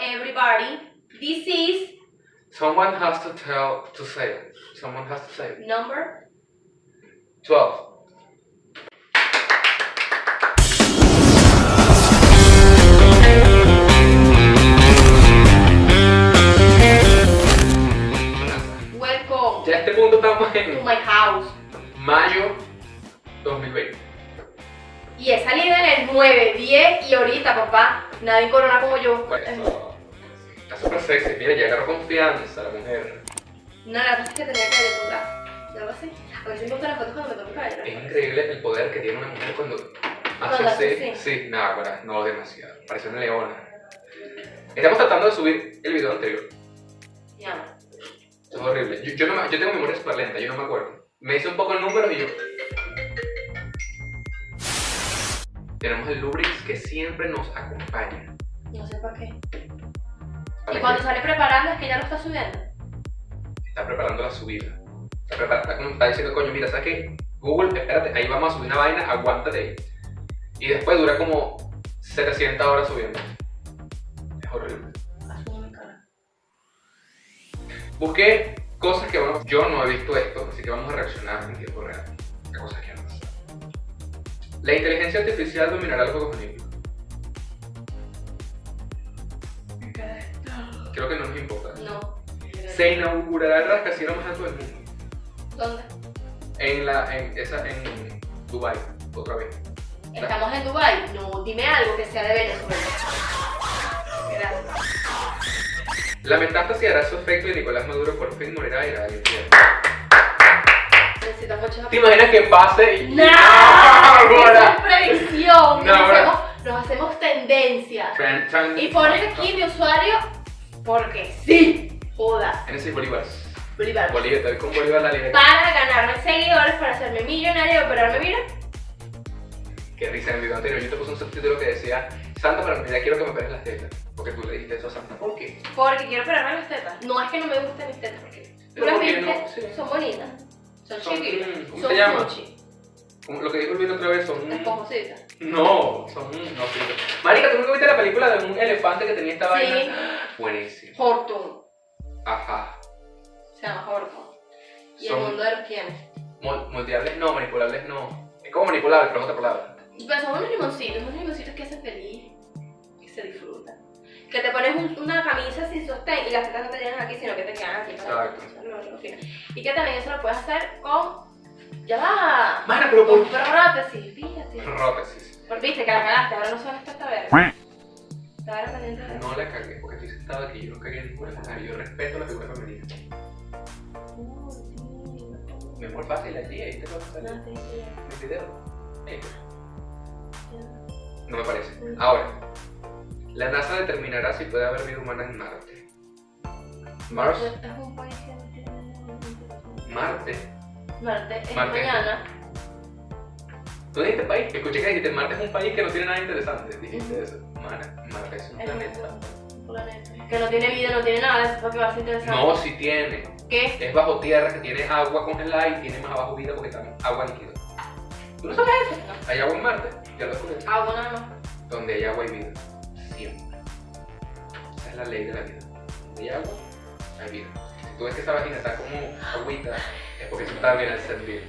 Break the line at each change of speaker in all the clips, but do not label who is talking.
everybody, this is
Someone has to tell to say it. Someone has to say it.
number.
Twelve.
Welcome
Ya a este punto estamos
to
en
my house.
mayo 2020.
Y he salido en el 9, 10 y ahorita, papá, nadie en corona como yo.
Por eso. Está súper sexy. Mira, ya agarró confianza la mujer.
No, la cosa es que tenía que debutar. Ya lo sé. A veces me gustan las fotos cuando me tomo el cabello.
Es increíble el poder que tiene una mujer cuando hace
Cuando hace
así. Sí, nada, para, no demasiado. Parece una leona. Estamos tratando de subir el video anterior.
Mi amor.
Esto Es horrible. Yo, yo no me- yo tengo memoria súper lenta, yo no me acuerdo. Me hice un poco el número y yo. Tenemos el Lubrix que siempre nos acompaña.
No sé por qué.
Para
Y
que
cuando sale preparando es que ya lo está subiendo.
Está preparando la subida. Está preparando, está, como- está diciendo, coño, mira, ¿sabes qué? Google, espérate, ahí vamos a subir una vaina, aguántate ahí. Y después dura como 700 horas subiendo. Es horrible.
Asumo mi cara.
Busqué cosas que, bueno, yo no he visto esto, así que vamos a reaccionar en tiempo real a cosas que han pasado. La inteligencia artificial dominará los Juegos Olímpicos.
Mi cara es-
Creo que no nos importa.
No.
Se inaugurará el rascacielos más alto del mundo.
¿Dónde?
En la, en esa, en Dubai, otra vez.
¿Estamos en Dubai? No, dime algo que sea de Venezuela. Gracias.
La metástasis hará su efecto y Nicolás Maduro por fin morirá y irá al infierno.
Necesito mucho
¿Te imaginas que pase y...
¡No!
¡Ah,
¡Esa es
ahora!
predicción!
No,
Nos
ahora.
hacemos, nos hacemos tendencia.
Tran- tran-
Y pones aquí mi usuario porque sí. Joda.
En ese Bolívar.
Bolívar.
Bolívar, tal con Bolívar la libertad.
Para ganarme seguidores, para hacerme millonaria y operarme, mira.
Que risa en el video anterior. Yo te puse un subtítulo que decía, Santa, para mi vida quiero que me operes las tetas. Porque tú le dijiste eso a Santa. ¿Por qué?
Porque quiero operarme las tetas. No es que no me gusten mis tetas, porque tú
Pero
las
¿por qué
viste,
no? Sí.
son bonitas. Son
Son-
chiquitas.
¿cómo
Son
se llama? Mm.
cuchi,
Como lo que dijo el video otra vez son...
esponjositas.
No, son... No, sí. Marica, ¿tú nunca viste la película de un elefante que tenía esta
Sí.
vaina? Buenísimo.
Hortum.
Ajá.
Se llama Hortum. Y
Son-
el mundo de los quienes.
Mol- Moldearles no, manipularles no. Es como manipular, pero es otra palabra.
Pero Pues son unos limoncitos, unos limoncitos que hacen feliz, que se disfrutan. Que te pones un- una camisa sin sostén y las tetas no te llegan aquí, sino que te quedan aquí. para-
Exacto.
eso es lo único fino. Y que también eso lo puedes hacer con. Ya va.
Mana, pero
Con
por
prótesis, fíjate.
prótesis.
Por viste que la cagaste, ahora no son estas tabernas. Estaba pendiente de
No la cagué, porque estoy sentado aquí, yo no cagué ninguna cara. Yo respeto la figura femenina. Me es muy fácil allí, ahí te lo vas a salir. Mi video. Eh, No me parece. Ahora, la NASA determinará si puede haber vida humana en Marte. Mars,
Es un país que no tiene-
Marte.
Marte es
Marte.
mañana.
¿Tú dijiste país? Escuché que dijiste Marte es un país que no tiene nada interesante. Dijiste eso. Mana, Marte es un
es un-
planeta.
un planeta. Que no tiene vida, no tiene nada, eso es lo que va a ser interesante.
No, si tiene.
¿Qué?
es bajo tierra, que tiene agua congelada y tiene más abajo vida porque está agua líquida. ¿Tú no sabes eso? Hay agua en Marte, ya lo descubrí.
Agua nada más.
Donde hay agua hay vida. Siempre. Esa es la ley de la vida. Donde hay agua, hay vida. Si tú ves que esa vagina está como agüita, es porque eso está bien al servir.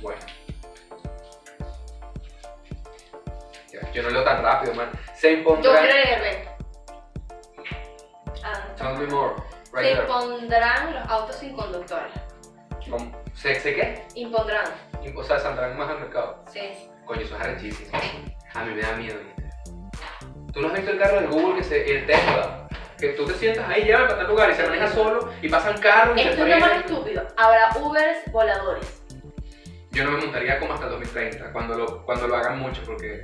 Bueno. Ya, Yo no leo tan rápido, man. Se
Yo
impondrán.
quiero leer, ven. Ah,
Tell me more.
se
Right there.
impondrán los autos sin conductores.
¿Cómo? ¿Se, ¿Se qué?
Impondrán.
O sea, saldrán más al mercado.
Sí.
Coño, eso es arrechísimo. A mí me da miedo, ¿viste? Tú no has visto el carro de Google que se. el Tesla. Que tú te sientas ahí, lleva para tal lugar y se maneja solo y pasan carros y se
Esto es lo más
frenan.
estúpido. Habrá Ubers voladores.
Yo no me montaría como hasta el 2030, cuando lo, cuando lo hagan mucho, porque.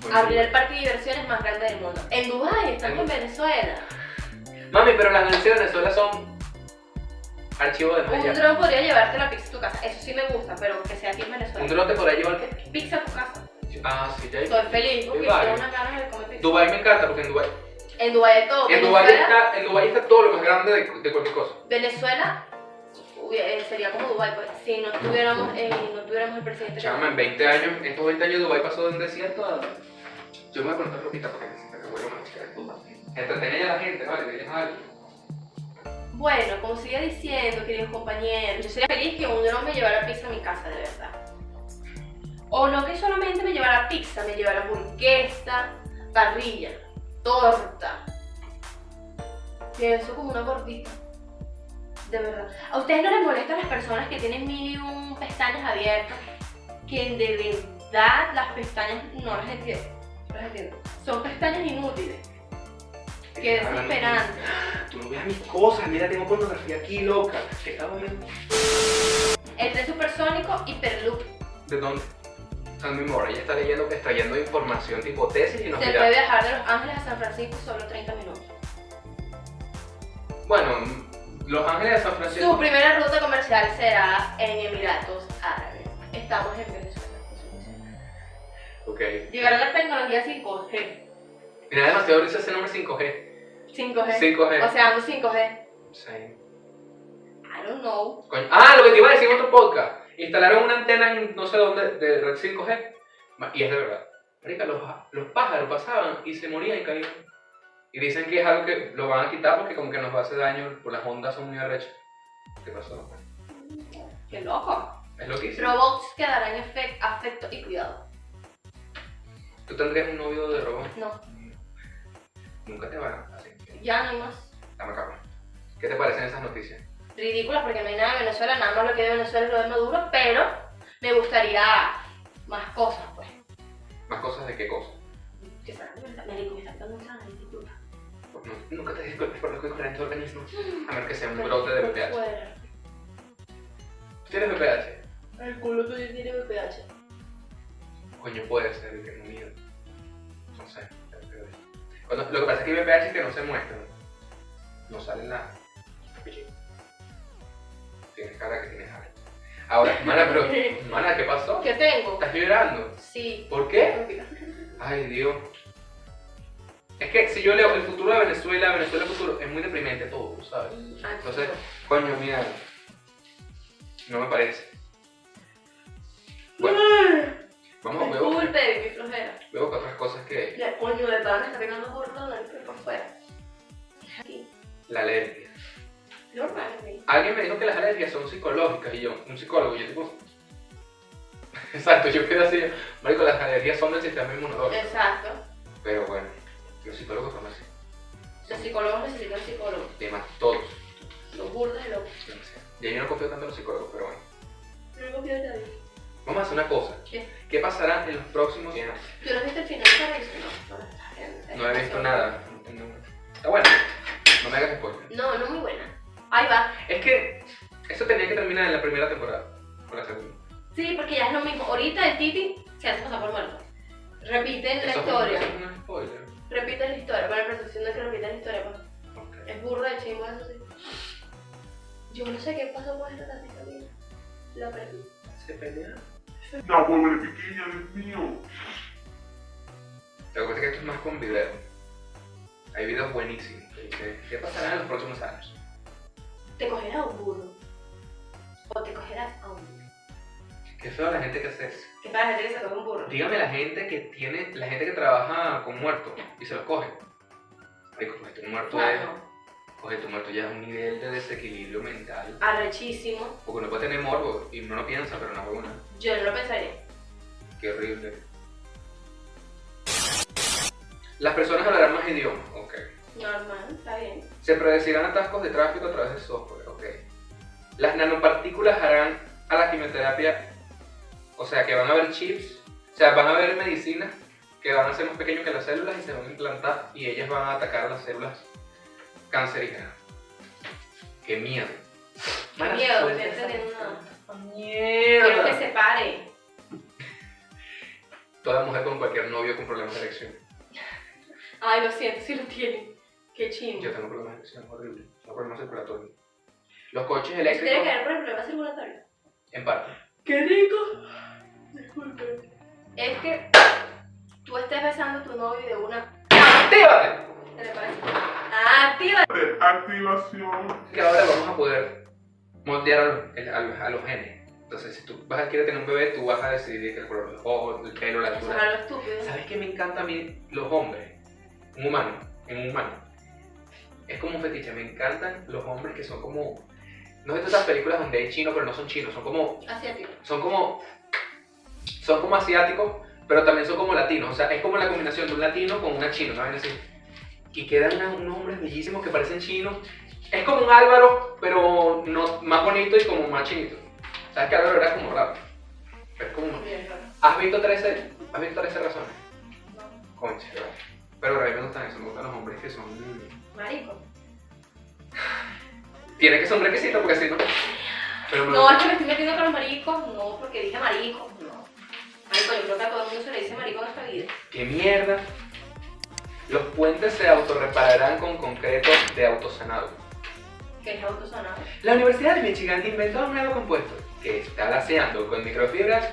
Bueno,
Abrir el parque de diversiones más grande del mundo. En Dubái, estamos en Venezuela.
Mami, pero las naciones de Venezuela son. archivos de
Un
Maya.
dron podría llevarte la pizza a tu casa. Eso sí me gusta, pero que sea aquí en
Un
Venezuela.
dron te podrá llevar. ¿qué?
Pizza a tu casa.
Ah, sí, ya hay.
Estoy feliz porque
Dubái.
tengo una ganas de comer pizza.
Dubái me encanta, porque en Dubái.
Oh, En Dubái hay todo.
En
Venezuela,
Dubái está, en Dubái está todo lo más grande de, de cualquier cosa.
Venezuela hubi- eh, sería como Dubái, pues, si no tuviéramos, eh, no tuviéramos el presidente. que-
Chama, en 20 años, en estos 20 años Dubái pasó de un desierto a... Yo me voy a poner ropita porque necesito que vuelva a masticar. Entretenía a la gente, ¿vale? Tenías algo.
Bueno, como seguía diciendo, queridos compañeros, yo sería feliz que uno no me llevara pizza a mi casa, de verdad. O no que solamente me llevara pizza, me llevara hamburguesa, parrilla, torta. Pienso como una gordita. De verdad. ¿A ustedes no les molestan las personas que tienen mil y un pestañas abiertas? Que de verdad las pestañas no las entiendo. No las entiendo. Son pestañas inútiles. Qué
Hablando de-
desesperante.
Tú no veas mis cosas, mira, tengo pornografía aquí, loca. ¿Qué estaba viendo?
El tren supersónico hiperloop.
¿De dónde? Sandy Moore, ella está leyendo, extrayendo información tipo tesis y nos
Se
dirá.
puede viajar de Los Ángeles a San Francisco solo 30 minutos.
Bueno, Los Ángeles de San
Su
Francisco.
primera ruta comercial será en Emiratos Árabes. Estamos en Venezuela. por supuesto.
Ok.
Llegará la tecnología 5G.
Me da demasiado risa ese nombre 5G.
5G.
5G.
O sea, ando 5G.
Sí.
I don't know.
Coño. Ah, lo que te iba a decir en otro podcast. Instalaron una antena en no sé dónde de red 5G. Ma- Y es de verdad. Marica, los, los pájaros pasaban y se morían en Cali. Y dicen que es algo que lo van a quitar porque como que nos va a hacer daño, por las ondas son muy arrechas. ¿Qué pasó?
Qué loco.
Es lo que hice.
Robots que darán efe- afecto y cuidado.
Tú tendrías un novio de robot.
No,
Nunca te van a hacer.
ya no hay más.
Dame cabrón. ¿Qué te parecen esas noticias?
Ridículas porque no hay nada en Venezuela. Nada más lo que hay en Venezuela es lo de Maduro. Pero me gustaría más cosas, pues.
¿Más cosas de qué cosas?
Que salgan de verdad. Marico, me están dando un sangre, qué puta.
Pues nu- nunca te disculpes por lo que ocurre en tu organismo. A menos que sea un brote de
Por
VPH.
fuera.
¿Tú ¿Tienes VPH?
El culo tuyo tiene VPH. Coño.
Coño, puede ser el que no mide. No sé. el VPH. Cuando- lo que pasa es que hay VPH que no se muestran. No salen nada. Tienes cara que tienes algo. Ahora, mana, pero. Mana, ¿qué pasó?
¿Qué tengo?
¿Estás llorando?
Sí.
¿Por qué? Ay, Dios. Es que si yo leo el futuro de Venezuela, Venezuela futuro, es muy deprimente todo, ¿sabes? Entonces, coño, mira. No me parece. bueno.
Ay,
Vamos, veo,
Disculpe, mi flojera.
veo que otras cosas que.
Ya, coño, de pan está pegando burro del pie por fuera. Aquí.
La alergia.
Normal, güey.
Alguien me dijo que las alergias son psicológicas y yo, un psicólogo, y yo tipo. Exacto, yo quedé así, marico, las alergias son del sistema inmunológico.
Exacto.
Pero bueno, los psicólogos son así.
Los psicólogos necesitan psicólogos.
Temas todos.
Los burdos y los.
demasiado. Y ahí yo no confío tanto en los psicólogos, pero bueno.
No confío en nadie.
Vamos a hacer una cosa.
¿Qué?
pasará en los próximos días?
¿Tú no viste el final de París? No, no, está bien.
No he visto nada. Está bueno. No me hagas spoiler.
No, no muy buena. Ahí va.
Es que eso tenía que terminar en la primera temporada. O la segunda.
Sí, porque ya es lo mismo. Ahorita el Titi se hace pasar por muerto. Repiten la
Eso es un-
historia.
eso es un spoiler.
Repite la historia, para la percepción de que repite la historia, pues.
Ok.
Es burda de chingo eso sí. Yo no sé qué pasó con esta tacita mía. La perdí.
¿Se pelea?
La pobre pequeña, Dios mío.
Lo que pasa es que esto es más con video. Hay videos buenísimos. ¿Qué, qué pasará en los próximos años?
Te cogerás a un burro. O te cogerás a un burro.
Qué feo la gente que hace eso.
Que para la gente que se coge un burro.
Dígame la gente que tiene, la gente que trabaja con muertos y se los coge. Marico, cogerte un muerto es,
Bueno,
cogerte un muerto ya es un nivel de desequilibrio mental.
arrechísimo.
Porque uno puede tener morbo y uno no piensa, pero no una.
Yo no lo pensaría.
Qué horrible. Las personas hablarán más idiomas, ok.
Normal, está bien.
Se predecirán atascos de tráfico a través de software, ok. Las nanopartículas harán a la quimioterapia, o sea que van a haber chips, o sea, van a haber medicinas que van a ser más pequeños que las células y se van a implantar y ellas van a atacar las células cancerígenas. Qué miedo.
Qué
Mala
miedo,
suerte.
porque estoy teniendo una. Quiero que
Mierda.
se pare.
Toda mujer con cualquier novio con problemas de erección.
Ay, lo siento, si lo tiene. Qué chingo.
Yo tengo problemas de erección horrible, tengo problemas circulatorios. Los coches
Eso tiene que
eléctricos,
ver por el problema circulatorio.
en parte.
¡Qué rico! Disculpe. Es que tú estés besando a tu novio y de una.
¡Actívate!
¿Qué le parece? ¡Ah, tío!
De activación.
Que ahora vamos a poder moldear a los, el- a los- a los genes. Entonces, si tú vas a querer tener un bebé, tú vas a decidir el color de los ojos, el pelo, la
Eso
altura.
era lo estúpido.
¿Sabes qué me encanta a mí los hombres? Un humano, en un humano. es como un fetiche. Me encantan los hombres que son como. No sé de esas películas donde hay chinos, pero no son chinos, son como.
Asiático.
Son como. Son como asiáticos, pero también son como latinos. O sea, es como la combinación de un latino con una chino, ¿no? así. Y quedan una- unos hombres bellísimos que parecen chinos. Es como un Álvaro, pero no, más bonito y como más chinito. ¿Sabes que Álvaro era como raro? Pero es como.
Mierda.
¿Has visto 13? ¿Has visto 13 razones?
No.
Concha, vale. pero a mí me gustan eso, me gustan los hombres que son.
Marico.
Tiene que ser un requisito porque si no. Pero me
No,
gusta.
es que me estoy metiendo con los maricos. No, porque dije maricos. No. Marico, yo creo que a todo el mundo se le dice marico en esta vida.
¡Qué mierda! Los puentes se autorrepararán con concreto de autosanado.
Que es autosonado.
La Universidad de Michigan inventó un nuevo compuesto que está laseando con microfibras,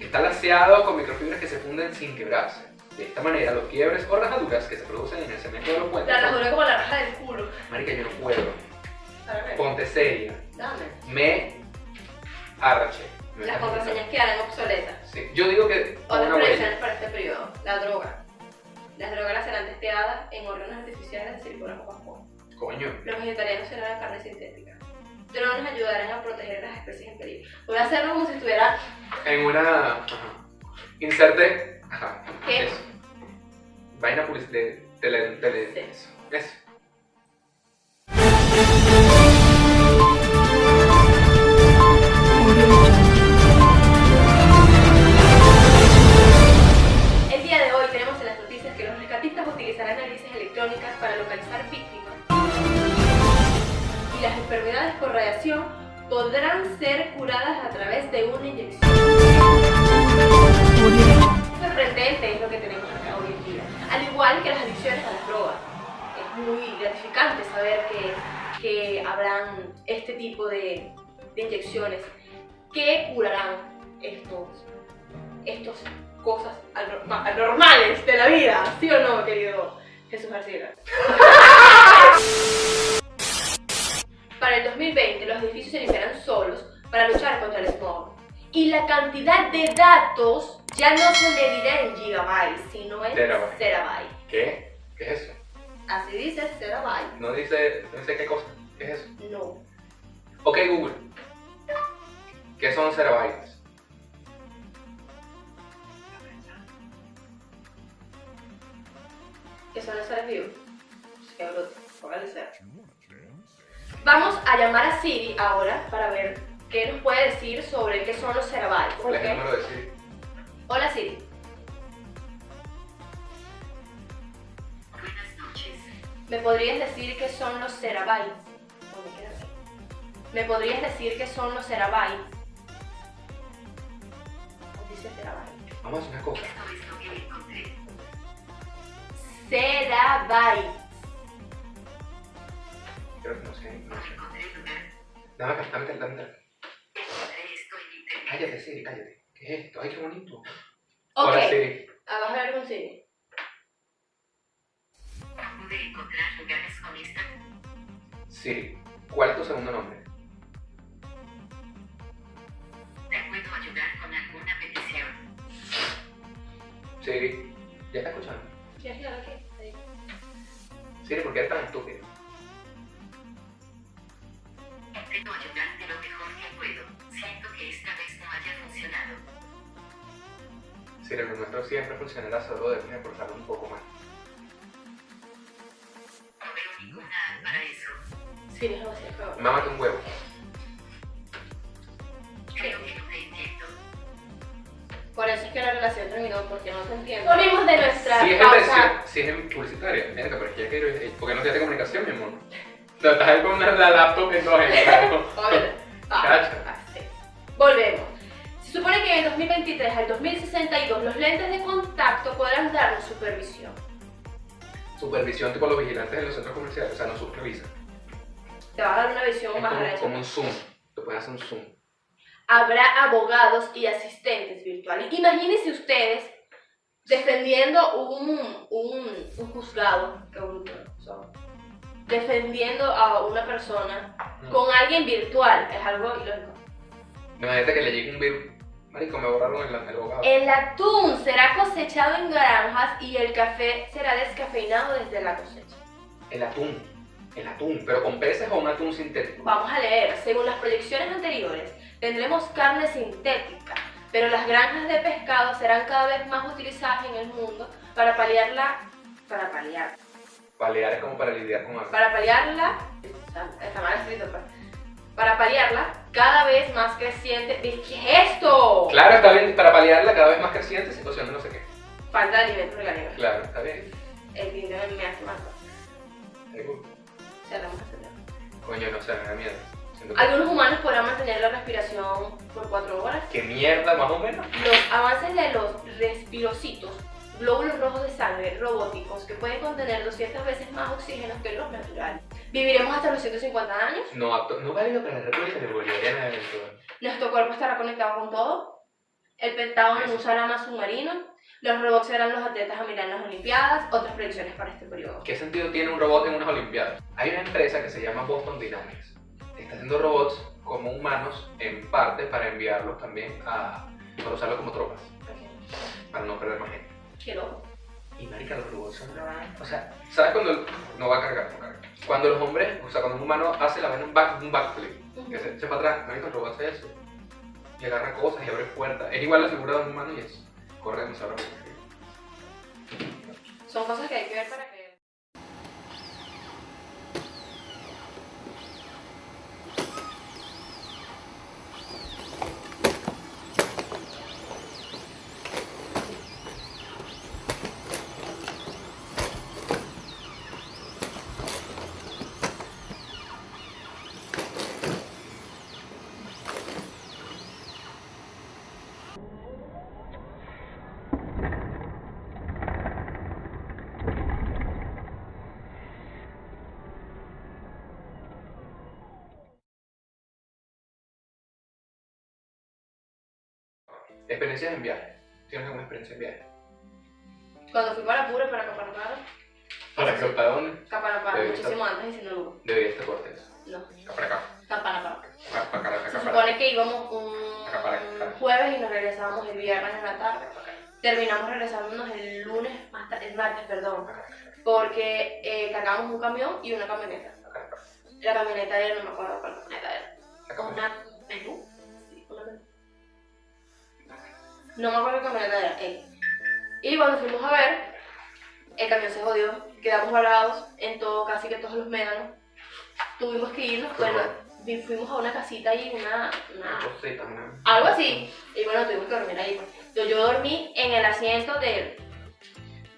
está laseado con microfibras que se funden sin quebrarse. De esta manera, los quiebres o rajaduras que se producen en el cemento de los puentes.
La rajura como la raja del culo.
Marica, yo no puedo.
Dame.
Ponte seria.
Dame.
Me arraché. Me
Las
arraché.
contraseñas quedan obsoletas.
Sí, yo digo que.
Otras
una huella.
proyecciones para este periodo. La droga. Las drogas las serán testeadas en órganos artificiales de silicona o vapor.
Coño.
Los vegetarianos serán carne sintética. Drones ayudarán a proteger las especies en peligro. Voy a hacerlo como si estuviera.
En una. Ajá. Inserte. Ajá.
¿Qué?
Eso. Vaina public- de tele. tele
Sí.
Eso. Eso.
El día de hoy tenemos en las noticias que los rescatistas utilizarán narices electrónicas para localizar víctimas. Y las enfermedades por radiación podrán ser curadas a través de una inyección. Sorprendente es lo que tenemos acá hoy en día. Al igual que las adicciones a las drogas. Es muy gratificante saber que, que habrán este tipo de, de inyecciones que curarán estos, estos cosas anorma- anormales de la vida, ¿sí o no, querido Jesús García? Para el 2020 los edificios se iniciarán solos para luchar contra el smog. Y la cantidad de datos ya no se medirá en gigabytes, sino en
Terabytes.
terabytes.
¿Qué? ¿Qué es eso?
Así dice terabyte.
No dice. No dice qué cosa. ¿Qué es eso?
No.
Ok, Google. ¿Qué son terabytes?
que son los seres vivos. Qué bruto, póngale cero. Vamos a llamar a Siri ahora para ver qué nos puede decir sobre qué son los terabytes.
¿Cuál es el
¿ok?
número de Siri?
Hola Siri.
Buenas noches.
¿Me podrías decir qué son los terabytes? No, me queda bien. ¿Me podrías decir qué son los terabytes? Dice terabytes.
Vamos a hacer una cosa.
Esto es lo que encontré.
Terabytes.
Creo que no sé. No sé.
Encontré el lugar.
Dame acá, dame acá, dame acá.
Encontré esto en internet.
Cállate, Siri, cállate. ¿Qué es esto? Ay, qué bonito.
Ok,
Hola, Siri.
ah, vas a hablar con Siri.
Pude encontrar lugares con esta.
Siri, ¿cuál es tu segundo nombre?
¿Te puedo ayudar con alguna petición?
Siri, ¿ya está escuchando?
¿Quieres que haga qué? Ahí.
Siri, ¿por qué eres tan estúpido?
Intento ayudarte lo mejor que puedo. Siento que esta vez no haya funcionado.
Si lo nuestro siempre funcionará, solo debemos esforzarnos un poco más.
No veo ninguna app para eso.
Siri es demasiado peor.
Mámate un huevo.
Creo que no te entiendo.
Por eso es que la relación terminó, porque no te entiendo. Volvimos de nuestra
Si es, en
pausa.
versión- si es en publicitaria, venga, pero es que ya quiero ir. ¿Por qué no te hace comunicación, mi amor? No, estás ahí con una la laptop en dos
Volve- Ah,
Cacha.
ah, sí. Volvemos. Se supone que en 2023 al 2062 los lentes de contacto podrán darnos supervisión.
Supervisión tipo los vigilantes en los centros comerciales, o sea, no supervisan.
Te va a dar una
Es
visión más
como,
real.
como un zoom. Te pueden hacer un zoom.
Habrá abogados y asistentes virtuales. Imagínense ustedes defendiendo un, un, un juzgado, qué bruto son. defendiendo a una persona con alguien virtual. Es algo ilógico.
Imagínate que le llegue un virus. Marico, me borraron el, el abogado.
El atún será cosechado en granjas y el café será descafeinado desde la cosecha.
El atún. El atún, pero con peces o un atún sintético.
Vamos a leer, según las proyecciones anteriores, tendremos carne sintética, pero las granjas de pescado serán cada vez más utilizadas en el mundo para paliar la... para paliar...
Palear es como para lidiar con algo.
para paliarla... está mal escrito, pues. Para paliarla, cada vez más creciente... ¿Qué es esto?
Claro, está bien, para paliarla cada vez más creciente situación de no sé qué.
Falta de alimentos orgánicos.
Claro, está bien.
El dinero me hace más
Me gusta.
Cerramos este tema.
Coño, no sé, me da miedo. Siento que-
Algunos humanos podrán mantener la respiración por 4 horas.
¿Qué mierda, más o menos?
Los avances de los respirocitos, glóbulos rojos de sangre robóticos que pueden contener 200 veces más oxígeno que los naturales. ¿Viviremos hasta los 150 años?
No, apto, no válido para la República de Bolivariana de Venezuela.
¿Nuestro cuerpo estará conectado con todo? ¿El pentágono en un salama submarino? ¿Los robots serán los atletas a mirar las Olimpiadas? Otras predicciones para este periodo.
¿Qué sentido tiene un robot en unas Olimpiadas? Hay una empresa que se llama Boston Dynamics. Está haciendo robots como humanos en parte para enviarlos también a. para usarlos como tropas, para no perder más gente.
Qué loco.
Y marica, los robots son O sea, ¿sabes cuando.? el- no va a cargar, no carga. Cuando los hombres, o sea, cuando un humano hace la vaina un, back, un backflip, que se echa para atrás, marica, el robot hace eso. Y agarra cosas y abre puertas. Es igual la seguridad de un humano y eso. Corre demasiado rápido.
Son cosas que hay que ver para creer.
Experiencias en viaje. ¿Tienes alguna experiencia en viaje?
Cuando fui para Pura, para Capanaparo,
¿Para qué? ¿Para dónde?
Capanaparo,
Ahí está.
muchísimo antes diciendo Lugo.
Debería estar cortés.
No,
Acá para acá.
Capanaparo.
Para, para, acá,
Se
acá, para.
supone que íbamos
Acá para, acá
un
para.
jueves y nos regresábamos el viernes en la tarde. Terminamos regresándonos el lunes, más ta- el martes, perdón, porque eh, cargamos un camión y una camioneta. La camioneta era, no me acuerdo cuál camioneta era. Una menú. No me acuerdo qué camioneta era. eh. Y cuando fuimos a ver, el camión se jodió, quedamos varados en todo, casi que todos los médanos. Tuvimos que irnos,
Qué
bueno,
horror.
vi- fuimos a una casita y una, una-
Una
algo así. Y bueno, tuvimos que dormir ahí. Yo, yo dormí en el asiento del,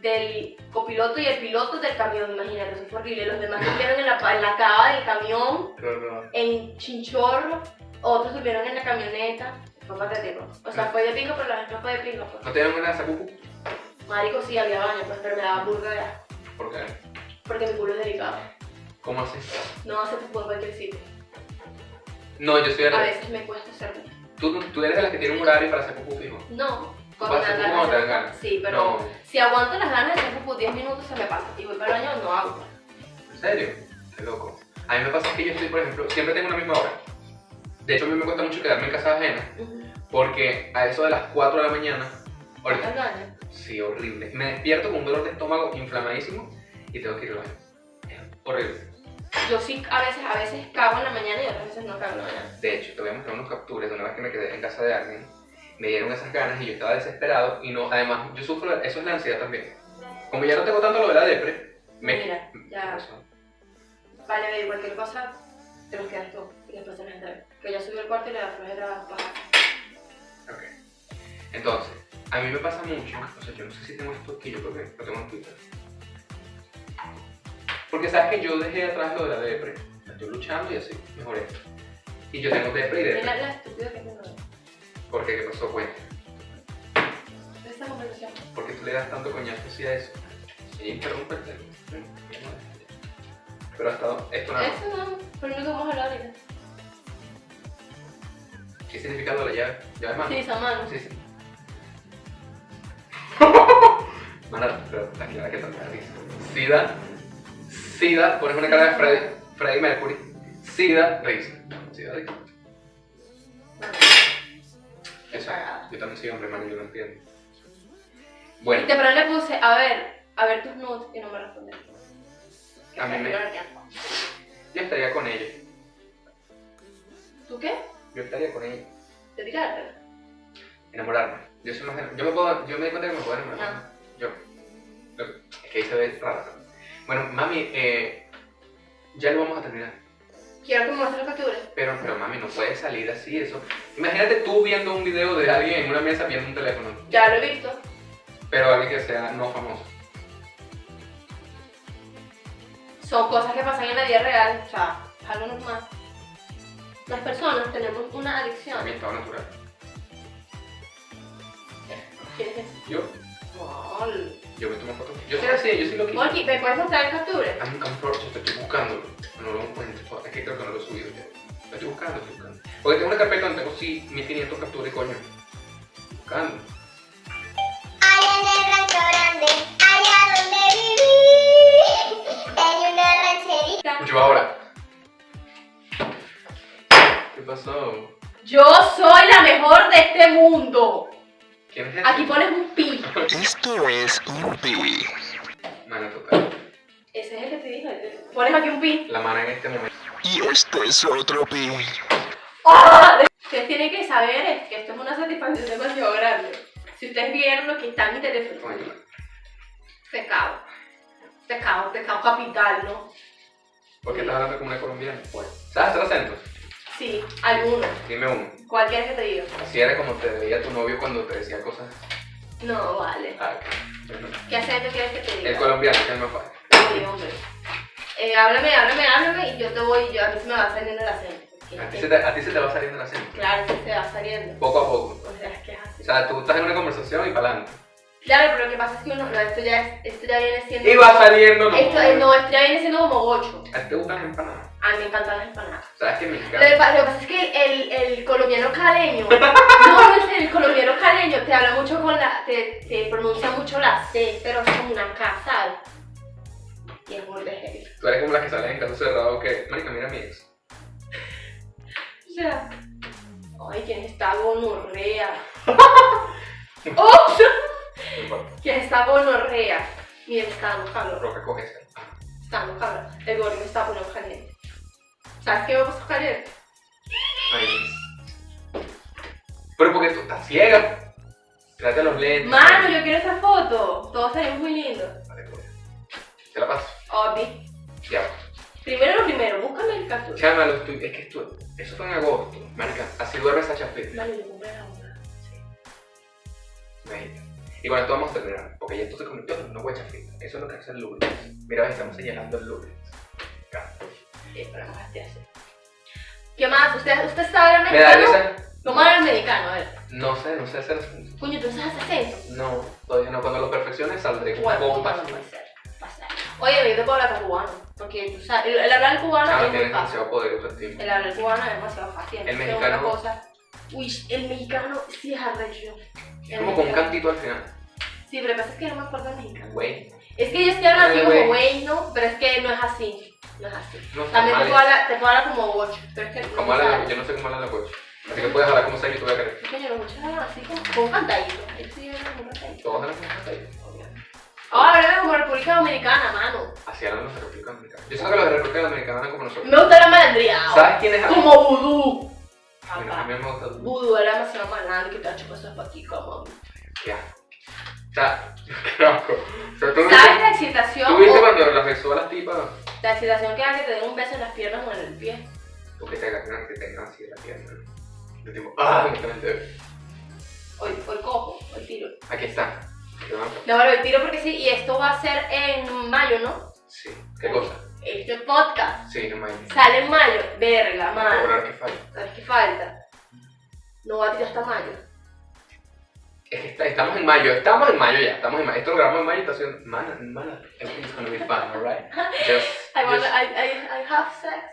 del copiloto y el piloto del camión, imagínate, eso fue horrible. Los demás durmieron en la, pa- en la cava del camión, en chinchorro, otros durmieron en la camioneta. Fue patético. O sea, fue de pingo, pero la gente no fue de pingo. pues.
¿No tienen una sacucu?
Marico, sí, había baño, pues, pero me daba burda de asco,
¿Por qué?
porque mi culo es delicado.
¿Cómo así?
No hace popó en cualquier sitio.
No, yo soy
A
de
veces me cuesta hacerlo.
tú, tú eres de las que tiene un horario para sacucu fijo.
No, cuando
Vas
te dan
a hacer como
ganas.
te dan ganas.
Sí, pero...
No.
Si aguanto las ganas de hacer popó 10 minutos se me pasa y voy para el baño, no hago. pues.
¿En serio? Qué loco. A mí me pasa que yo estoy, por ejemplo, siempre tengo una misma hora. De hecho, a mí me cuesta mucho quedarme en casa ajena. Porque a eso de las 4 de la mañana, ahorita
Las ganas.
Sí, horrible. Me despierto con un dolor de estómago inflamadísimo y tengo que ir al baño. Es horrible.
Yo sí a veces, a veces cago en la mañana y otras veces no cago en la mañana.
De hecho, te voy a mostrar unas capturas de una vez que me quedé en casa de alguien. Me dieron esas ganas y yo estaba desesperado y no, además yo sufro, eso es la ansiedad también. Como ya no tengo tanto lo de la depre, me...
Mira, ya, vale, ve, cualquier cosa, te los quedas tú y después te los entrego. Que ya subí al cuarto y le da flores de trabajo.
Ok. Entonces, a mí me pasa mucho, o sea, yo no sé si tengo esto aquí, yo creo que lo tengo en Twitter. Porque sabes que yo dejé atrás lo de la depre. Estoy luchando y así, mejoré. Y yo tengo depre y depre.
Mira la estúpida que tengo.
¿Por qué? ¿Qué pasó? Cuenta.
Esta conversación.
¿Por qué tú le das tanto coñazo así a eso? pues, Y interrúmpete. eh, Pero hasta dónde? Esto nada más.
Eso no, por lo único que hemos hablado ahorita.
¿Qué significado de la llave? ¿Llave mano?
Sí, Samán.
Ah. Sí, sí. Mano, pero la cara que tanta risa. Sida. Sida. Pones una cara de Freddy, Freddy Mercury. Sida. Risa. Sida. Risa. Eso. Yo también soy hombre, man, yo lo entiendo.
Y
Bueno.
de pronto le puse, a ver, a ver tus nudes y no me respondió. que
A mí me-
prefiero la tienda.
Yo estaría con ella.
¿Tú qué?
Yo estaría con ella.
¿Te tirarte?
Enamorarme. Yo soy más de- Yo me puedo. Yo me di cuenta que me puedo enamorar.
No.
Yo. Lo- Es que ahí se ve raro. ¿no? Bueno, mami, eh, ya lo vamos a terminar.
Quiero que me muestres las facturas.
Pero, pero mami, no puede salir así eso. Imagínate tú viendo un video de alguien en una mesa viendo un teléfono.
Ya lo he visto.
Pero alguien que sea no famoso.
Son cosas que pasan en la vida real. O sea, es algo normal. Las personas tenemos una
A mi
adicción.
estado natural.
¿Quién es ese?
Yo,
Gol.
yo me tomo fotos. Yo soy así, yo sí lo quise.
Molky, ¿me puedes mostrar el capture?
I'm, I'm fortunate, estoy buscándolo. No lo encuentro. Es que creo que no lo he subido ya. Lo estoy buscando, estoy buscando. Porque tengo una carpeta donde tengo sí 1500 capturas, coño. Buscando.
Hay en el rancho grande, allá donde viví, hay una rancherita.
Yo ahora. ¿Qué pasó?
Yo soy la mejor de este mundo.
¿Quién es este?
Aquí pones un pi.
Esto es Yupi.
Mana total.
Ese es el que te dije. Pones aquí un pi.
La mana en este momento.
Y esto es otro Pi.
¡Ah! Ustedes tienen que saber es que esto es una satisfacción demasiado grande. Si ustedes vieron lo que está en mi teléfono,
Coño.
pecado. Pecado, pecado capital, ¿no?
¿Por qué estás hablando como una colombiana? Bueno. ¿Sabes hacer acentos?
Sí, alguno.
Dime uno.
¿Cuál quieres que te diga?
Así era como te veía tu novio cuando te decía cosas.
No, vale.
Ah, ok. Bueno.
¿Qué acento quieres que te
El
diga?
colombiano, que es más fácil.
Sí, hombre. Eh, háblame, háblame, háblame y yo te voy, yo, a mí se me va saliendo el acento. porque
A ti
es
se
que-
te, a ti se te va saliendo el acento.
Claro, sí se va saliendo.
Poco a poco.
O sea, es que es así.
O sea, tú estás en una conversación y pa'lante.
Claro, pero lo que pasa es que uno, no, esto ya, es- esto ya viene siendo...
Y va saliendo, no.
Esto, eh, no, esto ya viene siendo como gocho.
A ti te gustan las empanadas.
A mí me encantan las empanadas.
Sabes que me
Lo que,
encanta.
pa- lo que pasa es que el, el colombiano caleño, no, es el colombiano caleño te habla mucho con la, te, te pronuncia mucho la C, pero es como una K, ¿sabes? Y es muy de heavy.
Tú eres como las que salen en caso cerrado que. Marica, mira a mi ex.
O sea, ay, ¿quién está gonorrea? ¡Ups!
No importa.
¿Quién está gonorrea? Miren, está dando calor,
Roca coge esa. Ah,
está dando calor. El gordo me está poniendo caliente. ¿Sabes qué me pasó caliente?
ahí es. Pero porque tú estás ciega. Trate los lentes.
Mano, yo quiero esa foto. Todos salimos muy lindos.
Vale, pues. Te la paso.
Obvi.
Ya.
Primero lo primero, búscame el captura.
Chama, lo estoy- es que esto, eso fue en agosto. Marica, así duerme esa chapita.
Vale, yo compré la una.
Marica. Y bueno, esto vamos a terminar, porque ya esto se convirtió en una huecha frita. Eso es lo que hace el lunes. Mira, ves, estamos señalando el lunes. Acá.
Eh, pero capaz te hace. ¿Qué más? ¿Usted, usted sabe hablar
¿Me da
mexicano?
risa?
¿Cómo habla el mexicano? A ver.
No sé, no sé hacer.
Coño, ¿tú sabes acento?
No, todavía no. Cuando lo perfecciones saldré con
Bueno, pues.
bombas.
no puede ser. Pasa. Oye, yo te puedo hablar cubano. Porque tú sabes, el, el hablar cubano
Chama,
es muy
tienes
fácil.
Ah, demasiado poder pues, autoestima.
El hablar cubano es demasiado fácil.
El
entonces es
mexicano-
Una cosa. Uy, el mexicano sí es arrecho.
Es como con un cantito al final.
Sí, pero lo que pasa es que no me acuerdo el mexicano.
Güey.
Es que yo estoy hablando así
Ay,
como
güey.
güey, ¿no? Pero es que no es así. No es así.
No sé.
También te puedo hablar, te puedo hablar como bocho. Pero es que
¿Cómo
sabes.
habla? Yo no sé cómo habla la coche. Así que puedes hablar como sea y tú voy a creer.
Coño, los muchachos eran así como con cantadito. Él sí era como un cantadito.
Todos hablan como sea.
Ahora hablamos Ah, como República Dominicana, mano.
Así hablan los de República Dominicana. Yo siento que los de República Dominicana hablan como nosotros.
Me gusta la malandría.
¿Sabes quién es?
Como vudú.
Bueno, a mí me gusta el-
Vudú era demasiado malandro que te ha hecho cosas para ti, como.
Qué asco. O sea, qué asco. O sea, tú viste,
¿Sabes Oh. la
tú
excitación?
viste
o
cuando las besó a las tipas,
la excitación que da que te den un beso en las piernas o en el pie.
porque te agarran, que te agarran así de la pierna. Yo tipo, ah, me el dedo.
Hoy, hoy cojo, hoy tiro.
Aquí está. Te van a-
No, bueno, hoy tiro porque sí. Y esto va a ser en mayo, ¿no?
Sí. ¿Qué cosa?
Este podcast
Sí, no mames.
sale en mayo. Verga,
Cobrar
mano.
que falla.
¿Sabes qué falta? No va a tirar hasta mayo.
Es que está- estamos en mayo, estamos en mayo ya, estamos en mayo. Esto lo grabamos en mayo y está haciendo. Mana, mana, everything's gonna be fun, alright? Just.
I wanna,
just-
I, I, I have sex.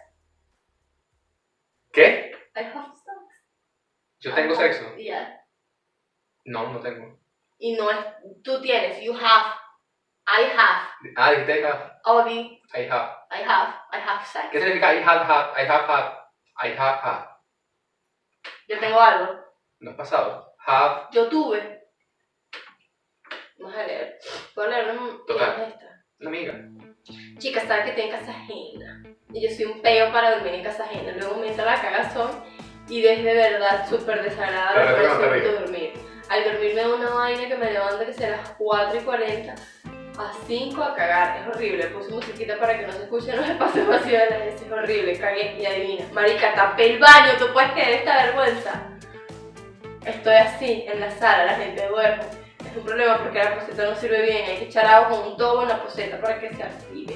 ¿Qué?
I have sex.
¿Yo tengo
I have-
sexo?
Yeah.
No, no tengo.
Y no es, tú tienes, you have, I have,
Ah, dijiste I have.
Obi,
I have.
I have, I have sex.
¿Qué significa I have, have? I have, have. I have, have.
Yo tengo algo.
No es pasado. Have.
Yo tuve. Vamos a leer. Voy a leer un...
Total.
¿qué es esta?
Una amiga.
Chicas, saben que estoy en casa ajena. Y yo soy un peo para dormir en casa ajena. Luego me entra la cagazón y es de verdad súper desagradable
Pero
por
te
eso
levantaste
evito dormir. Al dormirme da una vaina que me levanta que será las 4 y 40 a 5 a cagar. Es horrible. Puse musiquita para que no se escuche, no me pase vacío de la vez. Es horrible. Cagué y adivina. Marica, tapé el baño. ¿Tú puedes creer esta vergüenza? Estoy así, en la sala, la gente duerme. Es un problema porque la poseta no sirve bien, hay que echar agua con un tobo en la poseta para que se active.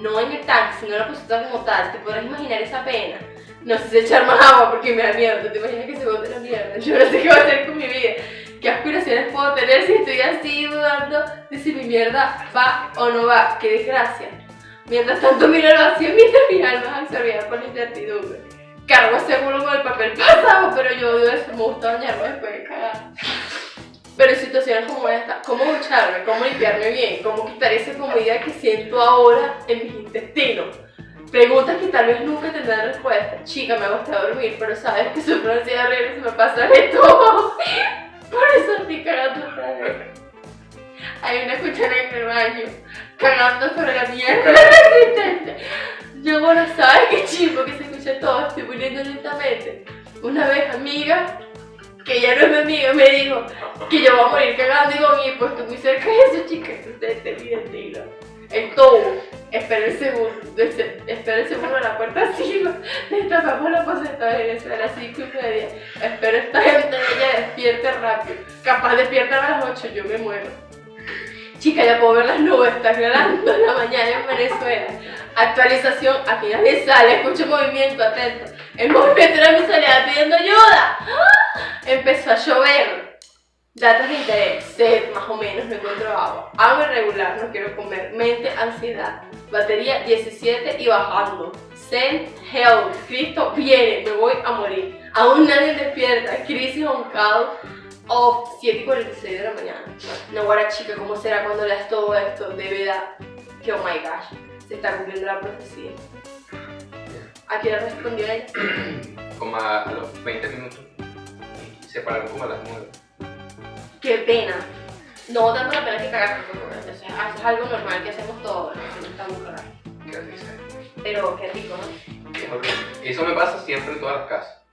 No en el tanque, sino en la poseta como tal, te podrás imaginar esa pena. No sé si echar más agua porque me da miedo, tú te imaginas que se bote la mierda, yo no sé qué voy a hacer con mi vida. ¿Qué aspiraciones puedo tener si estoy así dudando de si mi mierda va o no va? ¡Qué desgracia! Mientras tanto miro el vacío mientras mi alma es absorbida por la incertidumbre. Cargo seguro con el papel pasado, pero yo odio eso, me gusta bañarme después de cagar. Pero en situaciones como esta, ¿cómo ducharme? ¿Cómo limpiarme bien? ¿Cómo quitar esa comida que siento ahora en mis intestinos? Preguntas que tal vez nunca tendrán respuesta. Chica, me gusta dormir, pero sabes que sufro ansiedad horrible y se me pasa de todo. Por eso estoy cagando otra vez. Hay una cuchara en el baño, cagando sobre la mierda resistente. Yo, bueno, sabes qué chivo que se escucha todo, estoy muriendo lentamente. Una vez, amiga, que ya no es mi amiga, me dijo que yo voy a morir cagando. Digo, mi pues estoy muy cerca de eso, chica, que ustedes te miden, dilo. El tobo, espera el segundo, de se- espera el segundo a la puerta 5, destapamos la poseta de Venezuela a las 5 y media. Espero esta gente ella despierte rápido, capaz despierta a las 8, yo me muero. Chica, ya puedo ver las nubes, está aclarando en la mañana en Venezuela. Actualización, aquí nadie sale, escucho movimiento, atento. El movimiento era mi soledad pidiendo ayuda. ¡Ah! Empezó a llover. Datos de interés, sed más o menos, no encuentro agua. Agua irregular, no quiero comer. Mente, ansiedad. Batería 17 y bajando. Send help, Cristo viene, me voy a morir. Aún nadie despierta, crisis on call of 7 y 46 de la mañana. No, ahora chica, ¿cómo será cuando leas todo esto? De verdad, que oh my gosh, se está cumpliendo la profecía. ¿A qué le respondió ella?
Como a, a los 20 minutos. Y se pararon como a las 9.
¡Qué pena! No tanto la pena que cagar, porque, bueno, entonces, ah, eso es algo normal que hacemos todos, no nos gusta mucho cagar.
¿Qué dice?
Pero qué rico, ¿no?
Es horrible. Y eso me pasa siempre en todas las casas.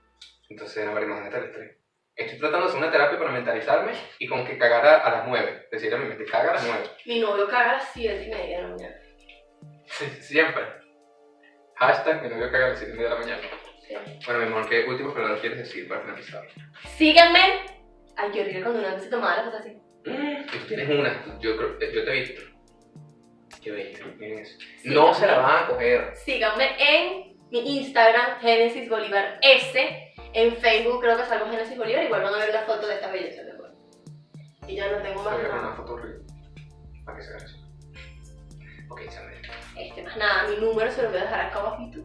Entonces, no, marico, imagínate el estrés. Estoy tratando de hacer una terapia para mentalizarme y como que cagara a las 9. Decirle a mi mente, caga a las 9.
Mi novio caga a las 7 y media de la mañana.
Sí, Siempre. Hashtag mi novio caga a las 7 de la mañana. Bueno, mi amor, ¿qué último palabra quieres decir para finalizar?
Síganme. Ay, qué horrible cuando uno antes se tomaba la foto así.
Tú tienes una, yo, creo, eh, yo te he visto. Qué bestia, miren eso. No se la van a coger.
Síganme en mi Instagram, Genesis Bolívar S. En Facebook creo que salgo Genesis Bolívar. Igual van a ver la foto de esta belleza, mi amor. Y ya no tengo
Voy a
más
poner
nada.
una foto horrible. Para que se vea eso. Ok, se me
Este, más nada, mi número se lo voy a dejar acá abajito.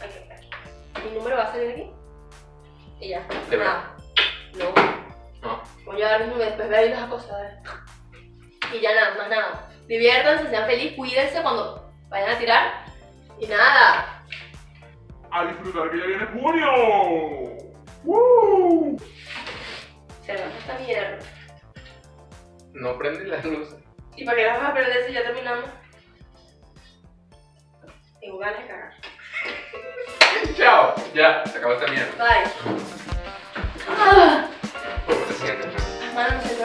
Aquí, aquí. Mi número va a salir aquí. Y ya.
De
nada. No.
No.
Voy a dar mi número, después voy a ir las acosadas. Y ya nada, más nada. Diviértanse, sean felices, cuídense cuando vayan a tirar. Y nada.
A disfrutar que ya viene junio. ¡Woo!
Cerramos esta mierda.
No prenden las luces.
¿Y para qué las vas a perder si ya terminamos? Tengo ganas de cagar.
Chao. Ya, se acabó esta mierda.
Bye. Ah,
¿Cómo te sientes?
las manos me siento